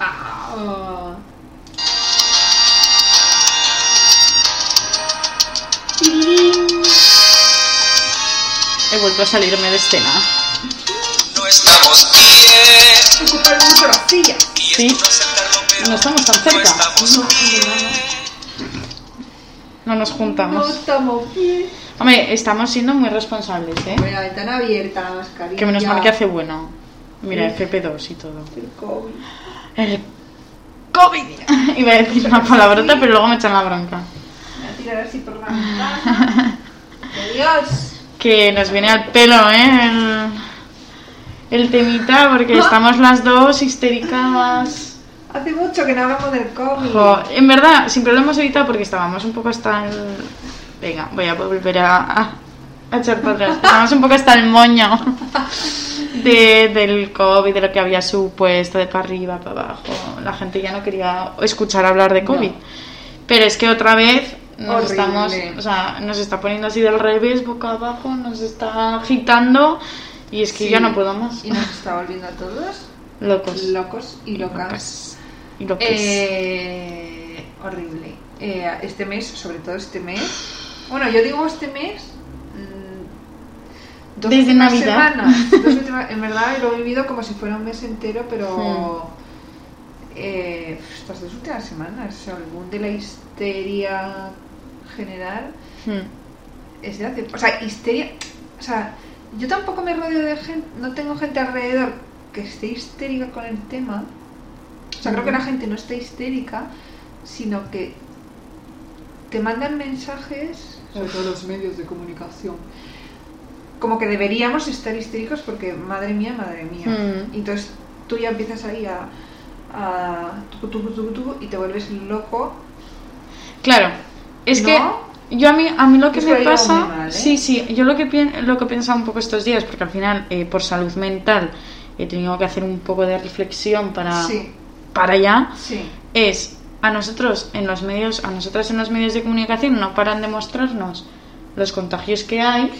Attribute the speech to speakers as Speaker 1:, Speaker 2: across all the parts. Speaker 1: guapa. Tilín.
Speaker 2: He vuelto a salirme de escena.
Speaker 3: No estamos bien.
Speaker 1: Ocupar mucho las sillas.
Speaker 3: Y
Speaker 2: Sí.
Speaker 3: es por no aceptarlo, pero
Speaker 2: No estamos tan
Speaker 3: no
Speaker 2: cerca.
Speaker 3: estamos
Speaker 2: No,
Speaker 3: bien.
Speaker 2: No nos
Speaker 1: No
Speaker 2: juntamos.
Speaker 1: estamos bien.
Speaker 2: Hombre, estamos siendo muy responsables, ¿eh?
Speaker 1: Bueno, la ventana abierta, la mascarilla.
Speaker 2: Que menos mal que hace bueno. Mira,
Speaker 1: Sí.
Speaker 2: FP2 y todo.
Speaker 1: El COVID.
Speaker 2: El COVID. Iba a decir una palabrota, pero luego me echan la bronca.
Speaker 1: Me voy a tirar así por la ventana. Adiós.
Speaker 2: Que nos viene al pelo, ¿eh? El, el temita, porque estamos las dos histéricas.
Speaker 1: Hace mucho que no hablamos del COVID.
Speaker 2: Jo, en verdad, siempre lo hemos evitado porque estábamos un poco hasta el... Venga, voy a volver a, a, a echar para atrás. Estábamos un poco hasta el moño de- del COVID, de lo que había supuesto, de para arriba, para abajo. La gente ya no quería escuchar hablar de COVID. Pero es que otra vez nos
Speaker 1: Horrible.
Speaker 2: estamos... O sea, nos está poniendo así del revés, boca abajo, nos está agitando y es que
Speaker 1: Sí.
Speaker 2: ya no puedo más. Pues
Speaker 1: Y nos está volviendo a todos
Speaker 2: Locos.
Speaker 1: locos y locas.
Speaker 2: Y lo que es.
Speaker 1: Eh, horrible. Eh, este mes, sobre todo este mes. Bueno, yo digo este mes. mm, dos
Speaker 2: Desde
Speaker 1: últimas
Speaker 2: Navidad.
Speaker 1: semanas. dos últimas- en verdad lo he vivido como si fuera un mes entero, pero. eh, estas dos últimas semanas, o sea, el boom de la histeria general
Speaker 2: Hmm.
Speaker 1: es de hace. O sea, histeria. O sea, yo tampoco me rodeo de gente. No tengo gente alrededor que esté histérica con el tema. O sea, creo que la gente no está histérica, sino que te mandan mensajes. Sobre todos los medios de comunicación. Como que deberíamos estar histéricos porque, madre mía, madre mía.
Speaker 2: Mm.
Speaker 1: Y entonces tú ya empiezas ahí a. a tucu, tucu, tucu, tucu, y te vuelves loco.
Speaker 2: Claro, es
Speaker 1: ¿No?
Speaker 2: que yo a mí, a mí lo que
Speaker 1: Es
Speaker 2: me
Speaker 1: que lo llevo
Speaker 2: pasa,
Speaker 1: muy mal, ¿eh?
Speaker 2: sí, sí, yo lo que, pien- lo que he pensado un poco estos días, porque al final eh, por salud mental he tenido que hacer un poco de reflexión para,
Speaker 1: Sí,
Speaker 2: para allá,
Speaker 1: sí.
Speaker 2: es a nosotros en los medios, a nosotras en los medios de comunicación no paran de mostrarnos los contagios que hay,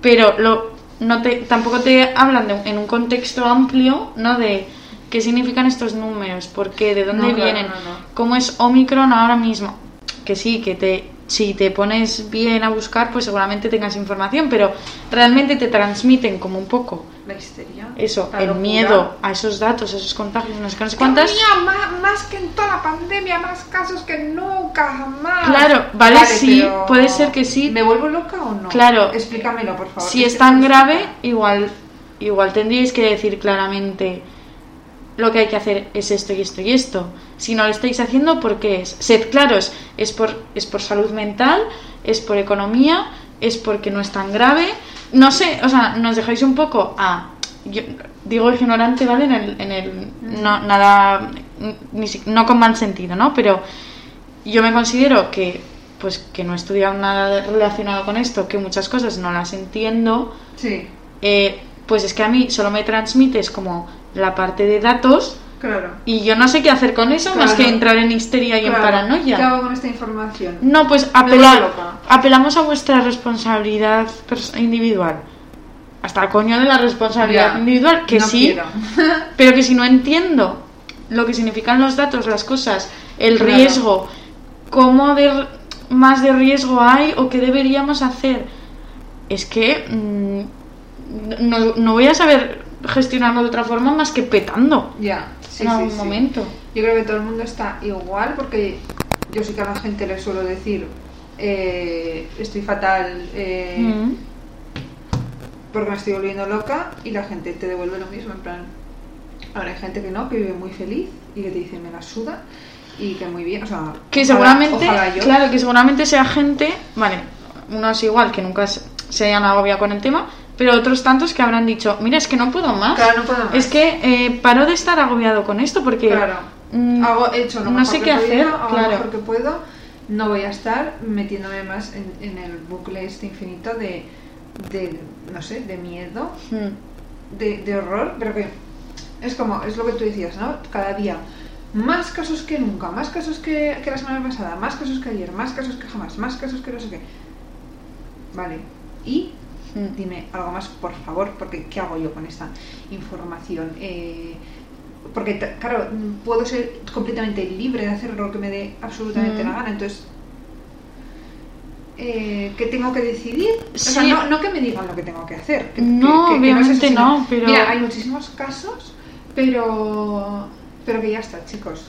Speaker 2: pero lo, no te, tampoco te hablan de- en un contexto amplio, ¿no? De qué significan estos números, por qué, de dónde
Speaker 1: No, claro,
Speaker 2: vienen,
Speaker 1: no, no.
Speaker 2: cómo es Omicron ahora mismo. Que sí, que te, si te pones bien a buscar, pues seguramente tengas información, pero realmente te transmiten como un poco
Speaker 1: La histeria.
Speaker 2: eso,
Speaker 1: la
Speaker 2: el
Speaker 1: locura.
Speaker 2: miedo a esos datos, a esos contagios, no sé qué, no sé
Speaker 1: ¿Cuántas?
Speaker 2: cuántas.
Speaker 1: más, que en toda la pandemia, más casos que nunca, jamás.
Speaker 2: Claro, vale, sí,
Speaker 1: pero-
Speaker 2: puede ser que sí.
Speaker 1: ¿Me vuelvo loca o no?
Speaker 2: Claro.
Speaker 1: Explícamelo, por favor.
Speaker 2: Si
Speaker 1: que
Speaker 2: es
Speaker 1: se
Speaker 2: tan
Speaker 1: me
Speaker 2: grave,
Speaker 1: explica.
Speaker 2: igual, igual tendríais que decir claramente lo que hay que hacer es esto y esto y esto. Si no lo estáis haciendo, ¿por qué es? Sed claros, es por, es por salud mental, es por economía, es porque no es tan grave. No sé, o sea, nos dejáis un poco a... yo digo ignorante, ¿vale? En el... en el- no, nada... ni si- no con mal sentido, ¿no? Pero yo me considero que pues que no he estudiado nada relacionado con esto, que muchas cosas no las entiendo,
Speaker 1: Sí,
Speaker 2: eh, pues es que a mí solo me transmites como la parte de datos
Speaker 1: claro.
Speaker 2: y yo no sé qué hacer con eso más
Speaker 1: Claro.
Speaker 2: que entrar en histeria y en
Speaker 1: claro.
Speaker 2: paranoia.
Speaker 1: ¿Qué hago con esta información?
Speaker 2: No, pues
Speaker 1: vuelvo
Speaker 2: apelar-
Speaker 1: loca.
Speaker 2: apelamos a vuestra responsabilidad pers- individual. Hasta el coño de la responsabilidad
Speaker 1: Ya.
Speaker 2: individual, que
Speaker 1: No
Speaker 2: sí,
Speaker 1: quiero.
Speaker 2: pero que si no entiendo lo que significan los datos, las cosas, el
Speaker 1: Claro.
Speaker 2: riesgo, cómo de r- más de riesgo hay o qué deberíamos hacer, es que mm, no, no voy a saber gestionarlo de otra forma más que petando
Speaker 1: Ya, sí,
Speaker 2: en
Speaker 1: sí,
Speaker 2: algún
Speaker 1: sí.
Speaker 2: momento.
Speaker 1: Yo creo que todo el mundo está igual porque yo sí que a la gente le suelo decir eh, estoy fatal, eh,
Speaker 2: Mm.
Speaker 1: porque me estoy volviendo loca y la gente te devuelve lo mismo, en plan. Ahora hay gente que no, que vive muy feliz y que te dice me la suda y que muy bien, o sea,
Speaker 2: Que
Speaker 1: ojalá-
Speaker 2: seguramente,
Speaker 1: ojalá yo.
Speaker 2: claro, que seguramente sea gente, vale, unos igual que nunca se se hayan agobiado con el tema, pero otros tantos que habrán dicho, mira, es que no puedo más.
Speaker 1: Claro, no puedo más.
Speaker 2: Es que eh, paro de estar agobiado con esto porque
Speaker 1: Claro.
Speaker 2: mm,
Speaker 1: hago he hecho lo
Speaker 2: no
Speaker 1: mejor
Speaker 2: sé
Speaker 1: que
Speaker 2: qué
Speaker 1: podía,
Speaker 2: hacer,
Speaker 1: hago
Speaker 2: claro.
Speaker 1: lo mejor que puedo, no voy a estar metiéndome más en, en el bucle este infinito de, de no sé, de miedo
Speaker 2: Mm,
Speaker 1: de, de horror, pero que es como, es lo que tú decías, ¿no? Cada día más casos que nunca, más casos que, que la semana pasada, más casos que ayer, más casos que jamás, más casos que no sé qué. Vale, y
Speaker 2: mm.
Speaker 1: dime algo más, por favor, porque ¿qué hago yo con esta información? Eh, Porque, t- claro, mm, puedo ser completamente libre de hacer lo que me dé absolutamente
Speaker 2: Mm.
Speaker 1: la gana. Entonces, eh, ¿qué tengo que decidir? O sea,
Speaker 2: Sí.
Speaker 1: no, no que me digan lo que tengo que hacer. que- que-
Speaker 2: No,
Speaker 1: que- que es
Speaker 2: obviamente
Speaker 1: así,
Speaker 2: no, pero-
Speaker 1: Mira, hay muchísimos casos, pero, pero que ya está, chicos.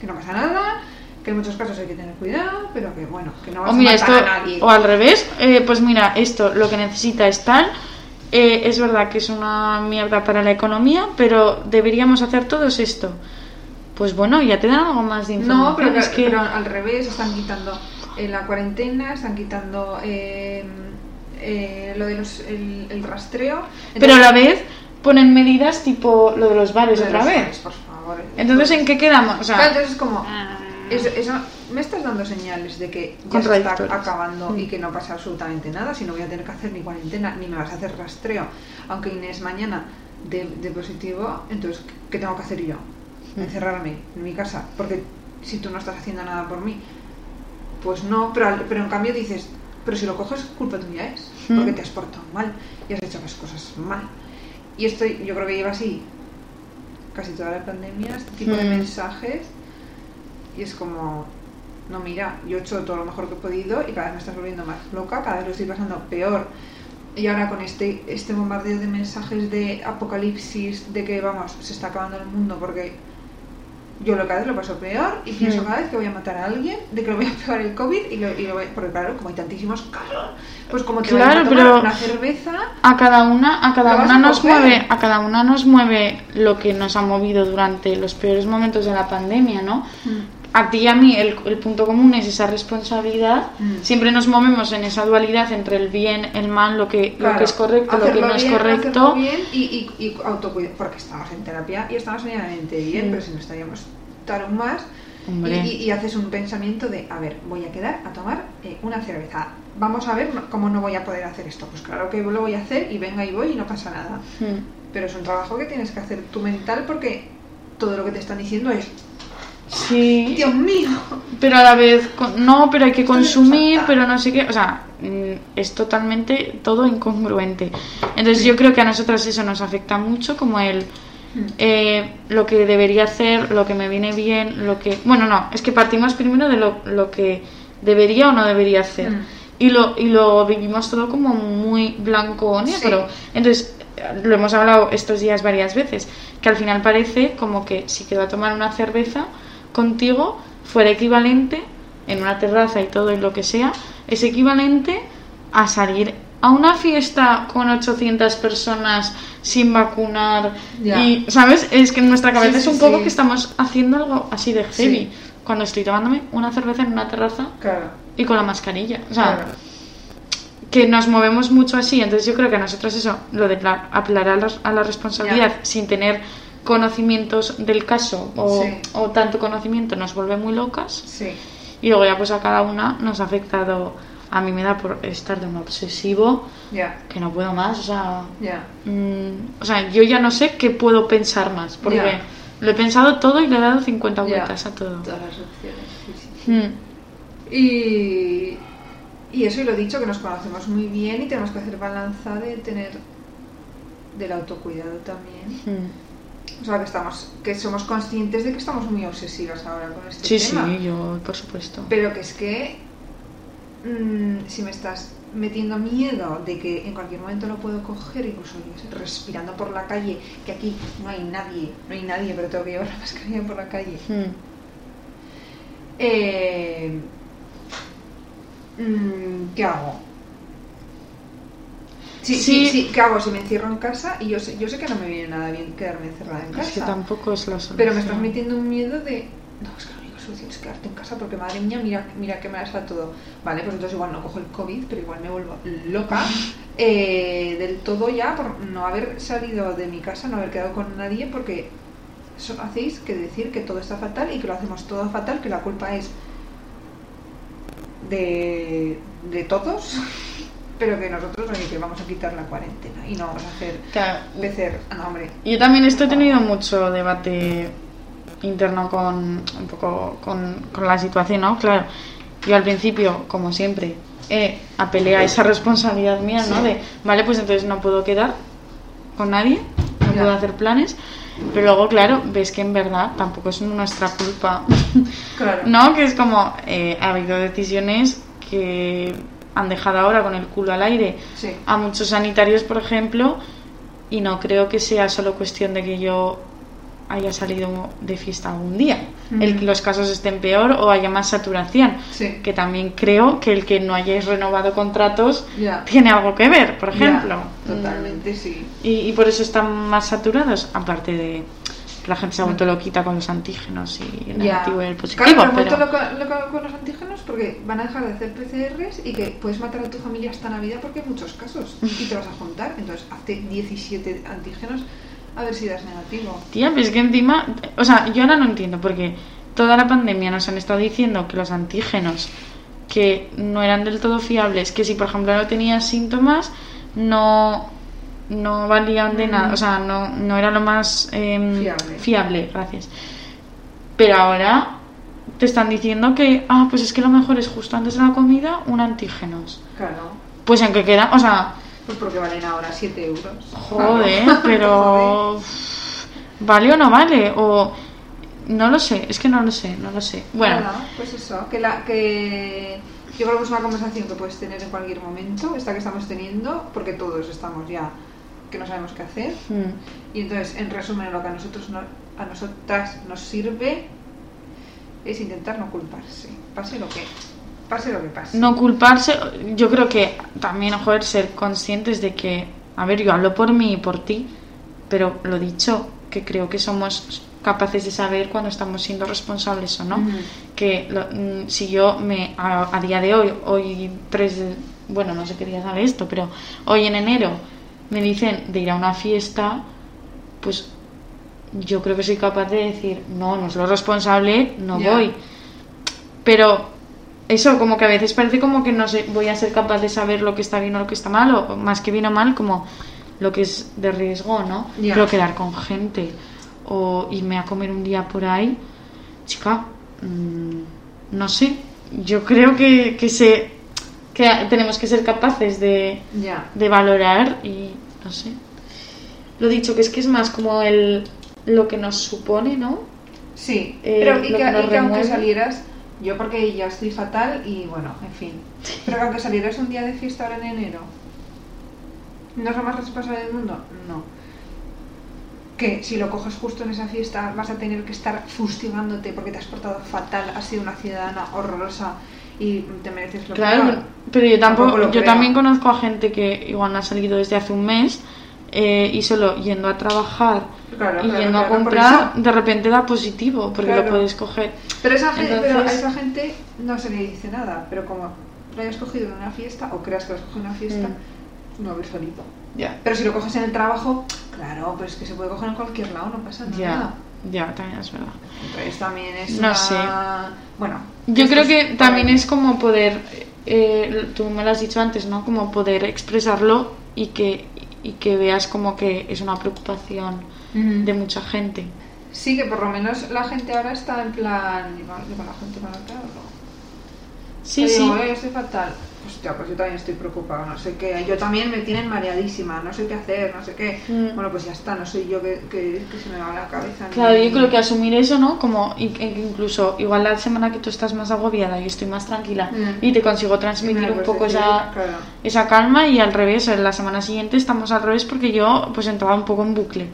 Speaker 1: Que no pasa nada, que en muchos casos hay que tener cuidado, pero que, bueno, que no vas
Speaker 2: O Oh, mira,
Speaker 1: a
Speaker 2: esto,
Speaker 1: matar a nadie.
Speaker 2: o al revés, eh, pues mira, esto lo que necesita es tal. eh, es verdad que es una mierda para la economía, pero deberíamos hacer todos esto. Pues bueno, ya te dan algo más de información.
Speaker 1: No, pero,
Speaker 2: es que
Speaker 1: pero al revés, están quitando eh, la cuarentena, están quitando eh, eh, lo de los, el, el rastreo.
Speaker 2: Pero a la vez ponen medidas tipo lo de los bares
Speaker 1: Lo de
Speaker 2: otra
Speaker 1: los
Speaker 2: vez.
Speaker 1: bares, por favor.
Speaker 2: Entonces, ¿en qué quedamos? O sea,
Speaker 1: Claro, entonces es como,
Speaker 2: mm,
Speaker 1: eso, eso- me estás dando señales de que ya se
Speaker 2: Contradictorias.
Speaker 1: está acabando
Speaker 2: Mm.
Speaker 1: y que no pasa absolutamente nada, si no voy a tener que hacer ni cuarentena, ni me vas a hacer rastreo, aunque Inés mañana de, de positivo, entonces, ¿qué tengo que hacer yo?
Speaker 2: Mm.
Speaker 1: Encerrarme en mi casa, porque si tú no estás haciendo nada por mí, pues no, pero, al- pero en cambio dices, pero si lo coges, culpa tuya es,
Speaker 2: Mm.
Speaker 1: porque te has portado mal y has hecho las cosas mal. Y esto yo creo que lleva así casi toda la pandemia, este tipo de
Speaker 2: Mm.
Speaker 1: mensajes. Y es como, no, mira, yo he hecho todo lo mejor que he podido y cada vez me estás volviendo más loca, cada vez lo estoy pasando peor. Y ahora con este, este bombardeo de mensajes de apocalipsis, de que vamos, se está acabando el mundo porque yo lo cada vez lo paso peor y pienso
Speaker 2: Mm.
Speaker 1: cada vez que voy a matar a alguien, de que lo voy a pegar el COVID y lo, y lo voy- porque claro, como hay tantísimos casos, pues como te
Speaker 2: Claro,
Speaker 1: vayan a tomar
Speaker 2: pero-
Speaker 1: una cerveza,
Speaker 2: a cada una, a
Speaker 1: Lo
Speaker 2: cada
Speaker 1: vas
Speaker 2: una
Speaker 1: a
Speaker 2: nos
Speaker 1: coger.
Speaker 2: mueve, a cada una nos mueve lo que nos ha movido durante los peores momentos de la pandemia, ¿no? A ti y a mí el, el punto común es esa responsabilidad.
Speaker 1: Mm.
Speaker 2: Siempre nos movemos en esa dualidad entre el bien, el mal, lo que, lo que
Speaker 1: Claro,
Speaker 2: es correcto, lo que
Speaker 1: hacerlo
Speaker 2: no es
Speaker 1: bien,
Speaker 2: correcto.
Speaker 1: hacerlo bien y, y, y autocuidado, porque estamos en terapia y estamos medianamente bien,
Speaker 2: Mm.
Speaker 1: pero si no estaríamos tarón más. Y,
Speaker 2: Hombre.
Speaker 1: y- y haces un pensamiento de, a ver, voy a quedar a tomar eh, una cerveza. Vamos a ver no- cómo no voy a poder hacer esto. Pues claro que lo voy a hacer y venga y voy y no pasa nada.
Speaker 2: Mm.
Speaker 1: Pero es un trabajo que tienes que hacer tu mental porque todo lo que te están diciendo es,
Speaker 2: Sí.
Speaker 1: Dios mío.
Speaker 2: pero a la vez con- no, pero hay que
Speaker 1: Esto no es
Speaker 2: consumir,
Speaker 1: fatal.
Speaker 2: pero no sé qué, o sea, mm, es totalmente todo incongruente. Entonces yo creo que a nosotras eso nos afecta mucho, como el
Speaker 1: Mm,
Speaker 2: eh, lo que debería hacer, lo que me viene bien, lo que... Bueno, no, es que partimos primero de lo, lo que debería o no debería hacer.
Speaker 1: Mm.
Speaker 2: Y, lo, y lo vivimos todo como muy blanco o negro. Entonces, eh, lo hemos hablado estos días varias veces, que al final parece como que si quedo a tomar una cerveza contigo, fuera equivalente, en una terraza y todo y lo que sea, es equivalente a salir a una fiesta con 800 personas sin vacunar
Speaker 1: Ya.
Speaker 2: y ¿Sabes? Es que en nuestra cabeza
Speaker 1: Sí,
Speaker 2: es
Speaker 1: sí,
Speaker 2: un poco
Speaker 1: sí.
Speaker 2: que estamos haciendo algo así de heavy.
Speaker 1: Sí.
Speaker 2: Cuando estoy tomándome una cerveza en una terraza
Speaker 1: Claro.
Speaker 2: y con la mascarilla. O sea,
Speaker 1: claro.
Speaker 2: que nos movemos mucho así. Entonces yo creo que a nosotros eso, lo de pla- apelar a la, a la responsabilidad
Speaker 1: Ya.
Speaker 2: sin tener conocimientos del caso o,
Speaker 1: Sí.
Speaker 2: o tanto conocimiento nos vuelve muy locas.
Speaker 1: Sí.
Speaker 2: Y luego ya pues a cada una nos ha afectado. A mí me da por estar de un obsesivo
Speaker 1: Ya.
Speaker 2: que no puedo más. O sea,
Speaker 1: Ya.
Speaker 2: Mm, o sea, yo ya no sé qué puedo pensar más, porque
Speaker 1: Ya.
Speaker 2: lo he pensado todo y le he dado 50 vueltas
Speaker 1: Ya.
Speaker 2: a todo.
Speaker 1: Todas las opciones. sí, sí.
Speaker 2: Mm,
Speaker 1: Y, y eso, y lo dicho, que nos conocemos muy bien y tenemos que hacer balanza de tener del autocuidado también.
Speaker 2: mm.
Speaker 1: O sea, que estamos que somos conscientes de que estamos muy obsesivas ahora con este
Speaker 2: Sí,
Speaker 1: tema.
Speaker 2: sí, yo, por supuesto.
Speaker 1: Pero que es que mm, si me estás metiendo miedo de que en cualquier momento lo puedo coger, incluso yo qué sé, respirando por la calle, que aquí no hay nadie, no hay nadie, pero tengo que llevar la mascarilla por la calle.
Speaker 2: Mm,
Speaker 1: Eh, mm, ¿Qué hago? Sí,
Speaker 2: Sí.
Speaker 1: sí. sí, ¿qué hago? Si me encierro en casa y yo sé, yo sé que no me viene nada bien quedarme encerrada en
Speaker 2: Es que
Speaker 1: casa.
Speaker 2: tampoco es la solución.
Speaker 1: pero me estás metiendo un miedo de. No, es que la única solución es quedarte en casa porque madre mía, mira, mira que me ha está todo. Vale, pues entonces igual no cojo el COVID, pero igual me vuelvo loca eh, del todo ya por no haber salido de mi casa, no haber quedado con nadie porque so- hacéis que decir que todo está fatal y que lo hacemos todo fatal, que la culpa es de, de todos, pero que nosotros oye, que vamos a quitar la cuarentena y no vamos a hacer
Speaker 2: Claro,
Speaker 1: PCR. Ah, no, hombre.
Speaker 2: Yo también esto he tenido mucho debate interno con un poco con, con la situación, ¿no? Claro, yo al principio, como siempre, eh, apelé a esa responsabilidad mía, ¿no?
Speaker 1: Sí.
Speaker 2: De, vale, pues entonces no puedo quedar con nadie, no
Speaker 1: Ya.
Speaker 2: puedo hacer planes. Pero luego, claro, ves que en verdad tampoco es nuestra culpa.
Speaker 1: Claro.
Speaker 2: ¿No? Que es como, eh, ha habido decisiones que han dejado ahora con el culo al aire
Speaker 1: Sí.
Speaker 2: a muchos sanitarios, por ejemplo, y no creo que sea solo cuestión de que yo haya salido de fiesta algún día,
Speaker 1: Ujú.
Speaker 2: el que los casos estén peor o haya más saturación,
Speaker 1: Sí.
Speaker 2: que también creo que el que no hayáis renovado contratos
Speaker 1: Ya.
Speaker 2: tiene algo que ver, por ejemplo.
Speaker 1: Ya, totalmente, sí.
Speaker 2: Mm, Y, y por eso están más saturados, aparte de que la gente se ha vuelto loquita con los antígenos y el
Speaker 1: Ya.
Speaker 2: negativo y el positivo.
Speaker 1: Claro, pero muerto
Speaker 2: pero-
Speaker 1: lo, co- lo co- con los antígenos porque van a dejar de hacer PCRs y que puedes matar a tu familia hasta Navidad porque hay muchos casos y te vas a juntar. Entonces, hazte 17 antígenos a ver si das negativo.
Speaker 2: Tía, pero es que encima, o sea, yo ahora no entiendo porque toda la pandemia nos han estado diciendo que los antígenos que no eran del todo fiables, que si por ejemplo no tenías síntomas, no, no valían de nada, o sea, no, no era lo más em,
Speaker 1: Fiable.
Speaker 2: fiable, gracias. Pero ahora te están diciendo que, ah, pues es que lo mejor es justo antes de la comida un antígenos.
Speaker 1: Claro.
Speaker 2: Pues aunque queda, o sea,
Speaker 1: Pues porque valen ahora 7 euros.
Speaker 2: Joder,
Speaker 1: Claro.
Speaker 2: pero. ¿Vale o no vale? O. No lo sé, es que no lo sé, no lo sé. Bueno,
Speaker 1: Nada, pues eso, que, la, que yo creo que es una conversación que puedes tener en cualquier momento, esta que estamos teniendo, porque todos estamos ya que no sabemos qué hacer.
Speaker 2: mm,
Speaker 1: Y entonces, en resumen, lo que a nosotros no- a nosotras nos sirve es intentar no culparse, pase lo que pase lo que pase.
Speaker 2: no culparse, yo creo que también, joder, ser conscientes de que. A ver, yo hablo por mí y por ti, pero lo dicho, que creo que somos capaces de saber cuando estamos siendo responsables o no.
Speaker 1: Ujú.
Speaker 2: que lo- mm, si yo me a, a día de hoy, hoy 3 de- bueno, no sé qué día sale esto, pero hoy en enero me dicen de ir a una fiesta, pues yo creo que soy capaz de decir, no, no es lo responsable, no
Speaker 1: Ya.
Speaker 2: voy. Pero eso, como que a veces parece como que no sé, voy a ser capaz de saber lo que está bien o lo que está mal, o más que bien o mal, como lo que es de riesgo, ¿no?
Speaker 1: Ya.
Speaker 2: Pero quedar con gente o irme a comer un día por ahí, chica, mm, no sé, yo creo que, que, se, que tenemos que ser capaces de,
Speaker 1: Ya.
Speaker 2: de valorar y no sé. Lo dicho, que es que es más como el lo que nos supone, ¿no?
Speaker 1: Sí,
Speaker 2: Eh,
Speaker 1: pero y
Speaker 2: lo
Speaker 1: que,
Speaker 2: que nos
Speaker 1: y que aunque
Speaker 2: remueve.
Speaker 1: salieras, yo porque ya estoy fatal y bueno, en fin. Pero que aunque salieras un día de fiesta ahora en enero, ¿no es lo más responsable del mundo? No. Que si lo coges justo en esa fiesta vas a tener que estar fustigándote porque te has portado fatal, has sido una ciudadana horrorosa y te mereces lo
Speaker 2: Claro,
Speaker 1: peor.
Speaker 2: pero yo tampoco,
Speaker 1: Tampoco lo
Speaker 2: yo
Speaker 1: creo.
Speaker 2: también conozco a gente que igual no ha salido desde hace un mes eh, y solo yendo a trabajar
Speaker 1: Claro,
Speaker 2: y
Speaker 1: claro,
Speaker 2: yendo a
Speaker 1: claro, por
Speaker 2: comprar,
Speaker 1: eso.
Speaker 2: de repente da positivo, porque lo
Speaker 1: Claro.
Speaker 2: puedes coger.
Speaker 1: Pero, esa gente, pero a
Speaker 2: Entonces-
Speaker 1: esa gente no se le dice nada, pero como lo hayas cogido en una fiesta o creas que lo has cogido en una fiesta,
Speaker 2: Mm.
Speaker 1: no haber salido.
Speaker 2: Ya,
Speaker 1: Pero si lo coges en el trabajo, claro, pues que se puede coger en cualquier lado, no pasa nada.
Speaker 2: ya, ya, también es verdad.
Speaker 1: Entonces también es
Speaker 2: No
Speaker 1: una-
Speaker 2: sé.
Speaker 1: Bueno.
Speaker 2: Yo
Speaker 1: esto
Speaker 2: creo
Speaker 1: es
Speaker 2: que
Speaker 1: para
Speaker 2: también
Speaker 1: mí.
Speaker 2: es como poder, eh, tú me lo has dicho antes, ¿no? Como poder expresarlo y que, y que veas como que es una preocupación
Speaker 1: Ujú.
Speaker 2: de mucha gente.
Speaker 1: Sí, que por lo menos la gente ahora está en plan... ¿Y va, y va la gente para acá o no?
Speaker 2: Sí,
Speaker 1: Yo
Speaker 2: sí.
Speaker 1: digo, "Eh, estoy fatal. Hostia, pues yo también estoy preocupada, no sé qué. Yo también me tienen mareadísima, no sé qué hacer, no sé qué.
Speaker 2: Mm.
Speaker 1: Bueno, pues ya está, no soy yo que, que- que se me va la cabeza. ni-
Speaker 2: Claro, yo creo que asumir eso, ¿no? Como in- in- incluso igual la semana que tú estás más agobiada y estoy más tranquila
Speaker 1: Mm.
Speaker 2: y te consigo
Speaker 1: Y me
Speaker 2: transmitir un
Speaker 1: pues
Speaker 2: poco
Speaker 1: decir,
Speaker 2: esa,
Speaker 1: claro.
Speaker 2: esa calma y al revés, en la semana siguiente estamos al revés porque yo pues entraba un poco en bucle.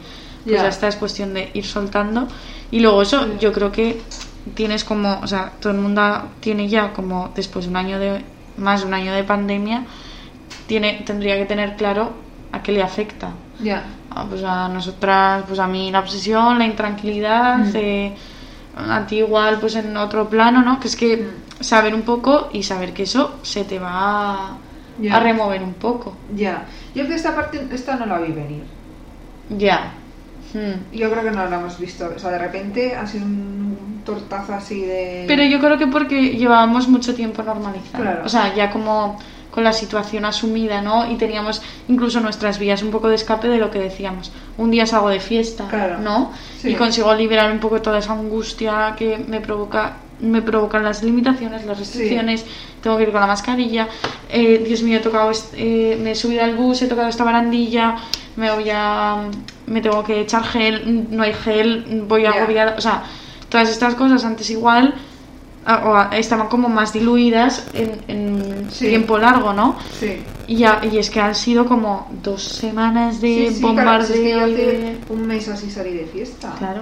Speaker 2: Pues
Speaker 1: Ya. Mm.
Speaker 2: ya está, es cuestión de ir soltando. Y luego eso,
Speaker 1: Ya.
Speaker 2: yo creo que tienes como, o sea, todo el mundo tiene ya como después de un año de, más de un año de pandemia, tiene, tendría que tener claro a qué le afecta.
Speaker 1: Ya.
Speaker 2: Ah, pues a nosotras, pues a mí la obsesión, la intranquilidad,
Speaker 1: Mm.
Speaker 2: eh, a ti igual, pues en otro plano, ¿no? Que es que
Speaker 1: Mm.
Speaker 2: saber un poco y saber que eso se te va a,
Speaker 1: Ya.
Speaker 2: a remover un poco.
Speaker 1: Ya. Yo creo que esta parte, esta no la vi venir.
Speaker 2: Ya. Mm.
Speaker 1: Yo creo que no lo hemos visto. O sea, de repente ha sido un tortazo así de.
Speaker 2: Pero yo creo que porque llevábamos mucho tiempo normalizado.
Speaker 1: Claro.
Speaker 2: O sea, ya como con la situación asumida, ¿no? Y teníamos incluso nuestras vías un poco de escape de lo que decíamos. Un día salgo de fiesta,
Speaker 1: Claro.
Speaker 2: ¿no?
Speaker 1: Sí.
Speaker 2: Y consigo liberar un poco toda esa angustia que me provoca me provocan las limitaciones, las restricciones, tengo que ir con la mascarilla, eh, Dios mío, he tocado, est- eh, me he subido al bus, he tocado esta barandilla, me voy a. me tengo que echar gel, no hay gel, voy
Speaker 1: Ya.
Speaker 2: agobiada. O sea, todas estas cosas antes igual a- Ah, o a- estaban como más diluidas en, en
Speaker 1: Sí.
Speaker 2: tiempo largo, ¿no?
Speaker 1: Sí.
Speaker 2: Y, a- y es que han sido como dos semanas de
Speaker 1: sí, sí, claro, si es que yo
Speaker 2: bombardeo. y
Speaker 1: hace
Speaker 2: de-
Speaker 1: un mes o así salí de fiesta.
Speaker 2: Claro.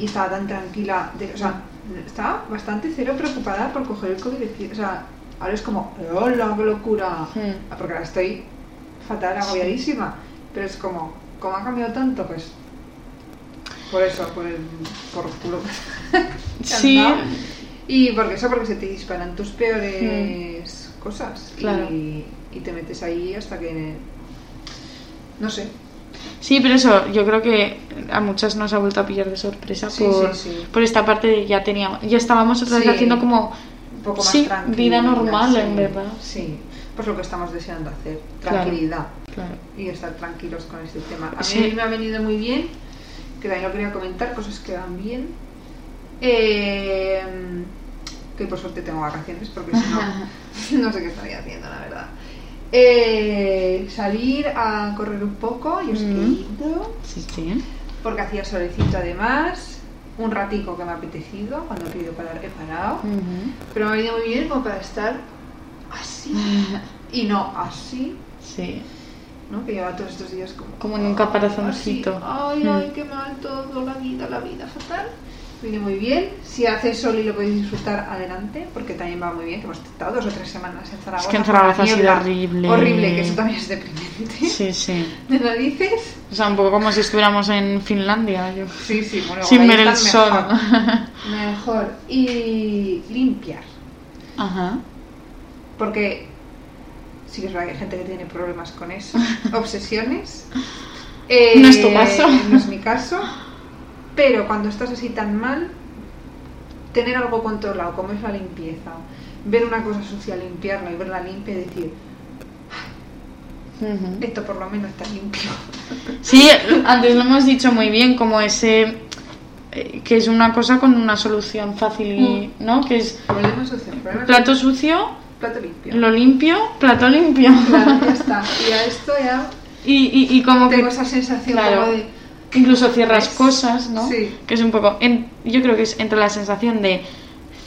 Speaker 1: Y estaba tan tranquila. de- o sea, estaba bastante cero preocupada por coger el COVID. de fie- O sea, ahora es como, ¡hola, qué locura!
Speaker 2: Hmm.
Speaker 1: Ah, Porque ahora estoy fatal, agobiadísima. Pero es como, ¿cómo ha cambiado tanto? Pues. Por eso, por el. por culo. que has
Speaker 2: Sí.
Speaker 1: dado. Y porque eso, porque se te disparan tus peores cosas.
Speaker 2: Mm. Claro.
Speaker 1: Y, y te metes ahí hasta que. No sé.
Speaker 2: Sí, pero eso, yo creo que a muchas nos ha vuelto a pillar de sorpresa
Speaker 1: Sí,
Speaker 2: por,
Speaker 1: sí, sí.
Speaker 2: por esta parte de ya teníamos, ya estábamos otra vez
Speaker 1: Sí.
Speaker 2: haciendo como
Speaker 1: Un poco más
Speaker 2: Sí,
Speaker 1: tranquila,
Speaker 2: vida normal,
Speaker 1: sí.
Speaker 2: en verdad.
Speaker 1: Sí. Pues lo que estamos deseando hacer.
Speaker 2: Claro.
Speaker 1: Tranquilidad.
Speaker 2: claro,
Speaker 1: y estar tranquilos con este tema. A mí
Speaker 2: Sí.
Speaker 1: me ha venido muy bien, que también lo quería comentar, cosas que van bien. Eh, que por suerte tengo vacaciones, porque si no, no sé qué estaría haciendo, la verdad. Eh, salir a correr un poco, yo sé que he
Speaker 2: Mm.
Speaker 1: ido,
Speaker 2: sí, sí.
Speaker 1: porque hacía solecito además, un ratico que me ha apetecido, cuando he querido parar he parado,
Speaker 2: Ujú,
Speaker 1: pero me ha venido muy bien como para estar así y no así,
Speaker 2: Sí.
Speaker 1: ¿no? Que lleva todos estos días como...
Speaker 2: Como en un caparazoncito.
Speaker 1: Ay,
Speaker 2: Mm.
Speaker 1: ay, qué mal todo, la vida, la vida, fatal. Viene muy bien. Si hace sol y lo podéis disfrutar, adelante, porque también va muy bien, que hemos estado dos o tres semanas en Zaragoza.
Speaker 2: Es que en
Speaker 1: con la
Speaker 2: Zaragoza ha sido
Speaker 1: niebla
Speaker 2: horrible.
Speaker 1: Horrible, que eso también es deprimente.
Speaker 2: Sí, sí.
Speaker 1: ¿Me lo dices?
Speaker 2: O sea, un poco como si estuviéramos en Finlandia, yo.
Speaker 1: Sí, sí, bueno,
Speaker 2: Sin
Speaker 1: ahí
Speaker 2: ver el
Speaker 1: están
Speaker 2: sol.
Speaker 1: Mejor. mejor. Y limpiar,
Speaker 2: Ajá.
Speaker 1: porque sí que es verdad que hay gente que tiene problemas con eso, obsesiones. Eh,
Speaker 2: No es tu caso.
Speaker 1: No es mi caso. Pero cuando estás así tan mal, tener algo controlado, como es la limpieza, ver una cosa sucia, limpiarla y verla limpia y decir,
Speaker 2: Ujú.
Speaker 1: esto por lo menos está limpio.
Speaker 2: Sí, antes lo hemos dicho muy bien, como ese eh, que es una cosa con una solución fácil, y-
Speaker 1: Mm.
Speaker 2: ¿no? Que es
Speaker 1: Problema sucio, problema
Speaker 2: plato sucio,
Speaker 1: sucio, plato limpio.
Speaker 2: lo limpio, plato limpio.
Speaker 1: Claro, ya está. Y a esto ya
Speaker 2: Y, y, y como que
Speaker 1: tengo esa sensación
Speaker 2: Claro.
Speaker 1: como de.
Speaker 2: incluso cierras
Speaker 1: ¿Ves?
Speaker 2: cosas, ¿no?
Speaker 1: Sí.
Speaker 2: Que es un poco, en- yo creo que es entre la sensación de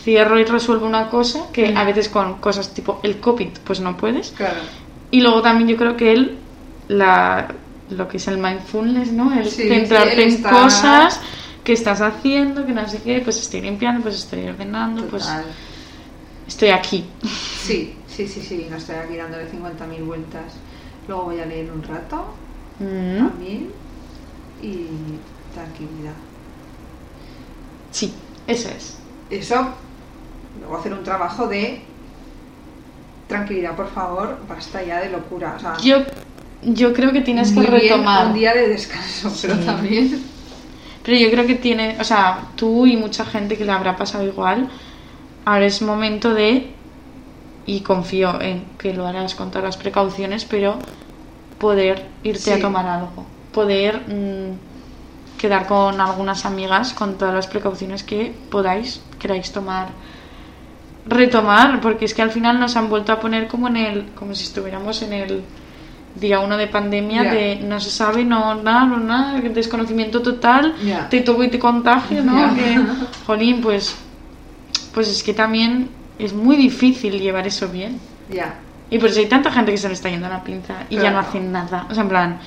Speaker 2: cierro y resuelvo una cosa, que
Speaker 1: Mm.
Speaker 2: a veces con cosas tipo el COVID pues no puedes,
Speaker 1: Claro.
Speaker 2: y luego también yo creo que él, la, lo que es el mindfulness, ¿no? El
Speaker 1: Sí, sí,
Speaker 2: centrarte
Speaker 1: él
Speaker 2: en
Speaker 1: está-
Speaker 2: cosas que estás haciendo, que no sé qué, pues estoy limpiando, pues estoy ordenando,
Speaker 1: Total.
Speaker 2: pues estoy aquí.
Speaker 1: Sí, sí, sí, sí. No estoy aquí dándole 50.000 vueltas. Luego voy a leer un rato.
Speaker 2: Mm,
Speaker 1: también y tranquilidad.
Speaker 2: Sí, eso es.
Speaker 1: Eso, luego hacer un trabajo de tranquilidad, por favor, basta ya de locura. O sea,
Speaker 2: Yo, yo creo que tienes que
Speaker 1: Ah. muy bien
Speaker 2: retomar.
Speaker 1: un día de descanso, pero
Speaker 2: Sí.
Speaker 1: también.
Speaker 2: Pero yo creo que tiene, o sea, tú y mucha gente que le habrá pasado igual, ahora es momento de, y confío en que lo harás con todas las precauciones, pero poder irte
Speaker 1: Sí.
Speaker 2: a tomar algo, poder mm, quedar con algunas amigas con todas las precauciones que podáis, queráis tomar, retomar, porque es que al final nos han vuelto a poner como en el, como si estuviéramos en el día uno de pandemia
Speaker 1: Ya.
Speaker 2: de no se sabe, no nada, no nada, desconocimiento total,
Speaker 1: Ya.
Speaker 2: te toco y te contagio, ¿no?
Speaker 1: Ya.
Speaker 2: Que, jolín, pues, pues es que también es muy difícil llevar eso bien.
Speaker 1: Ya,
Speaker 2: Y por eso hay tanta gente que se le está yendo la pinza y ya
Speaker 1: Claro.
Speaker 2: no hacen nada. O sea, en plan,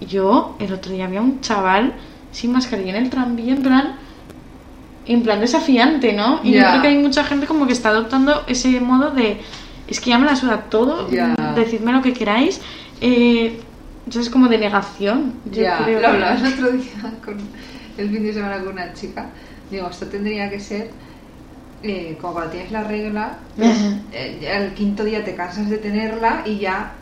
Speaker 2: yo el otro día había un chaval sin mascarilla en el tranvía, en plan, en plan desafiante, ¿no? Y
Speaker 1: Ya.
Speaker 2: yo creo que hay mucha gente como que está adoptando ese modo de, es que ya me la suda todo,
Speaker 1: Ya.
Speaker 2: decidme lo que queráis. Eh, eso es como de negación. Yo
Speaker 1: ya. Lo
Speaker 2: creo que-
Speaker 1: hablaba el otro día, con, el fin de semana con una chica. Digo, esto tendría que ser eh, como cuando tienes la regla,
Speaker 2: Ajá.
Speaker 1: eh, ya el quinto día te cansas de tenerla y ya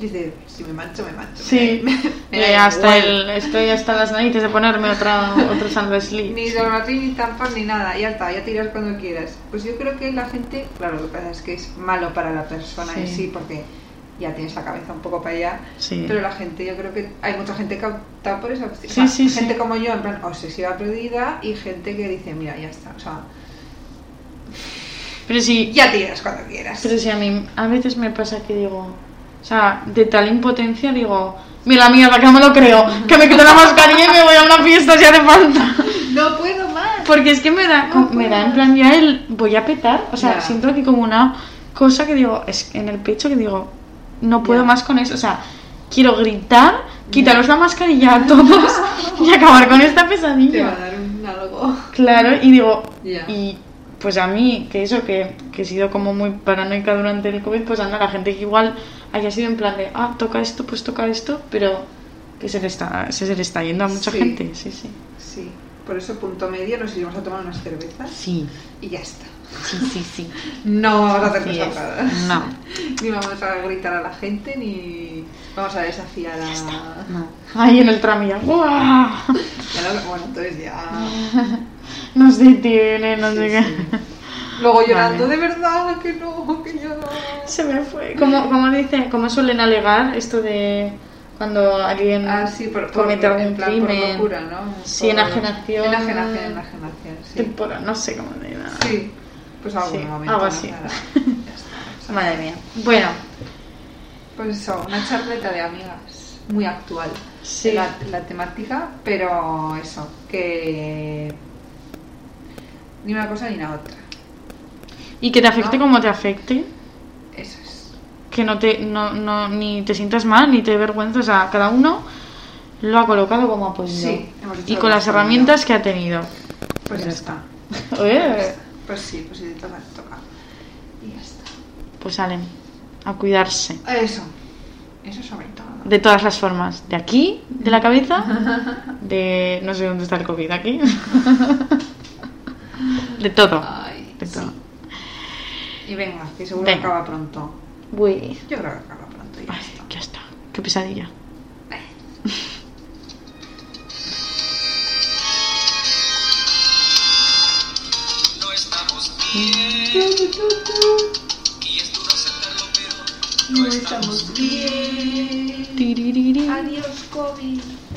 Speaker 1: dices, si me mancho, me mancho.
Speaker 2: Sí,
Speaker 1: Me- me da
Speaker 2: Eh, hasta
Speaker 1: igual.
Speaker 2: el, estoy hasta las narices de ponerme otra, otro salva sleeve.
Speaker 1: Ni dormatín, ni tampón, ni nada. Ya está, ya tiras cuando quieras. Pues yo creo que la gente, claro, lo que pasa es que es malo para la persona en
Speaker 2: Sí.
Speaker 1: sí, porque ya tienes la cabeza un poco para allá.
Speaker 2: Sí.
Speaker 1: Pero la gente, yo creo que hay mucha gente que opta por esa opción. O
Speaker 2: Sí,
Speaker 1: sea,
Speaker 2: sí,
Speaker 1: gente
Speaker 2: sí.
Speaker 1: como yo, en plan, obsesiva perdida, y gente que dice, mira, ya está. O sea,
Speaker 2: Pero sí,
Speaker 1: ya tiras cuando quieras.
Speaker 2: Pero si a mí a veces me pasa que digo, O sea, de tal impotencia digo, mira mierda, que no me lo creo, que me quito la mascarilla y me voy a una fiesta si hace falta.
Speaker 1: No puedo más.
Speaker 2: Porque es que me da,
Speaker 1: No
Speaker 2: me da en
Speaker 1: puedo.
Speaker 2: plan ya el voy a petar, o sea,
Speaker 1: Ya.
Speaker 2: siento aquí como una cosa que digo, es en el pecho que digo, no puedo
Speaker 1: Ya.
Speaker 2: más con eso, o sea, quiero gritar, quitaros la mascarilla a todos y acabar con
Speaker 1: Te
Speaker 2: esta
Speaker 1: va
Speaker 2: pesadilla.
Speaker 1: a dar un algo.
Speaker 2: Claro, y digo,
Speaker 1: Ya.
Speaker 2: y pues a mí, que eso, que, que he sido como muy paranoica durante el COVID, pues anda, la gente que igual haya sido en plan de, ah, toca esto, pues toca esto, pero que se le está, se, se le está yendo a mucha
Speaker 1: Sí.
Speaker 2: gente, sí, sí.
Speaker 1: Sí. Por eso, punto medio, nos íbamos a tomar unas cervezas
Speaker 2: Sí,
Speaker 1: y ya está.
Speaker 2: sí, sí, sí.
Speaker 1: No vamos a hacer cosas
Speaker 2: No,
Speaker 1: Ni vamos a gritar a la gente, ni vamos a desafiar a...
Speaker 2: no. Ahí en el tranvía, ¡guau!
Speaker 1: Ya no- bueno, entonces ya...
Speaker 2: Nos detiene, no
Speaker 1: Sí,
Speaker 2: sé qué.
Speaker 1: sí. Luego llorando,
Speaker 2: Vale.
Speaker 1: de verdad, que no, que yo no...
Speaker 2: Se me fue. ¿Cómo, cómo dice, cómo suelen alegar esto de cuando alguien
Speaker 1: Ah, sí, por, por-
Speaker 2: comete algún
Speaker 1: en plan,
Speaker 2: crimen?
Speaker 1: por locura, ¿no?
Speaker 2: Sí, enajenación.
Speaker 1: Enajenación, enajenación, sí.
Speaker 2: Temporal, no sé cómo le da.
Speaker 1: Sí, pues algún
Speaker 2: Sí,
Speaker 1: momento.
Speaker 2: algo
Speaker 1: ¿no?
Speaker 2: así.
Speaker 1: Nada, ya está, o sea,
Speaker 2: Madre mía. Bueno,
Speaker 1: Pues eso, una charleta de amigas, muy actual.
Speaker 2: Sí.
Speaker 1: La, la temática, pero eso, que ni una cosa ni la otra.
Speaker 2: y que te afecte
Speaker 1: No.
Speaker 2: como te afecte,
Speaker 1: Eso es.
Speaker 2: que no te, no, no, ni te sientas mal, ni te dé vergüenza, o sea, cada uno lo ha colocado como ha podido.
Speaker 1: Sí, hemos hecho
Speaker 2: y
Speaker 1: lo
Speaker 2: con
Speaker 1: que
Speaker 2: las
Speaker 1: hemos
Speaker 2: herramientas que ha tenido.
Speaker 1: Pues ya está.
Speaker 2: Eh,
Speaker 1: Pues sí, pues sí, te toca, te toca. Y ya está.
Speaker 2: Pues salen a cuidarse.
Speaker 1: Eso. Eso sobre todo.
Speaker 2: De todas las formas, de aquí, de la cabeza, de no sé dónde está el COVID aquí. De todo.
Speaker 1: Ay,
Speaker 2: De
Speaker 1: sí.
Speaker 2: todo.
Speaker 1: Y venga, que seguro
Speaker 2: Venga.
Speaker 1: acaba pronto.
Speaker 2: Uy.
Speaker 1: Yo creo que acaba pronto y ya
Speaker 2: Ay,
Speaker 1: está.
Speaker 2: ya está. Qué pesadilla.
Speaker 3: No estamos bien. Y es duro aceptarlo, pero
Speaker 1: No estamos bien.
Speaker 2: Tiririri.
Speaker 1: Adiós, COVID.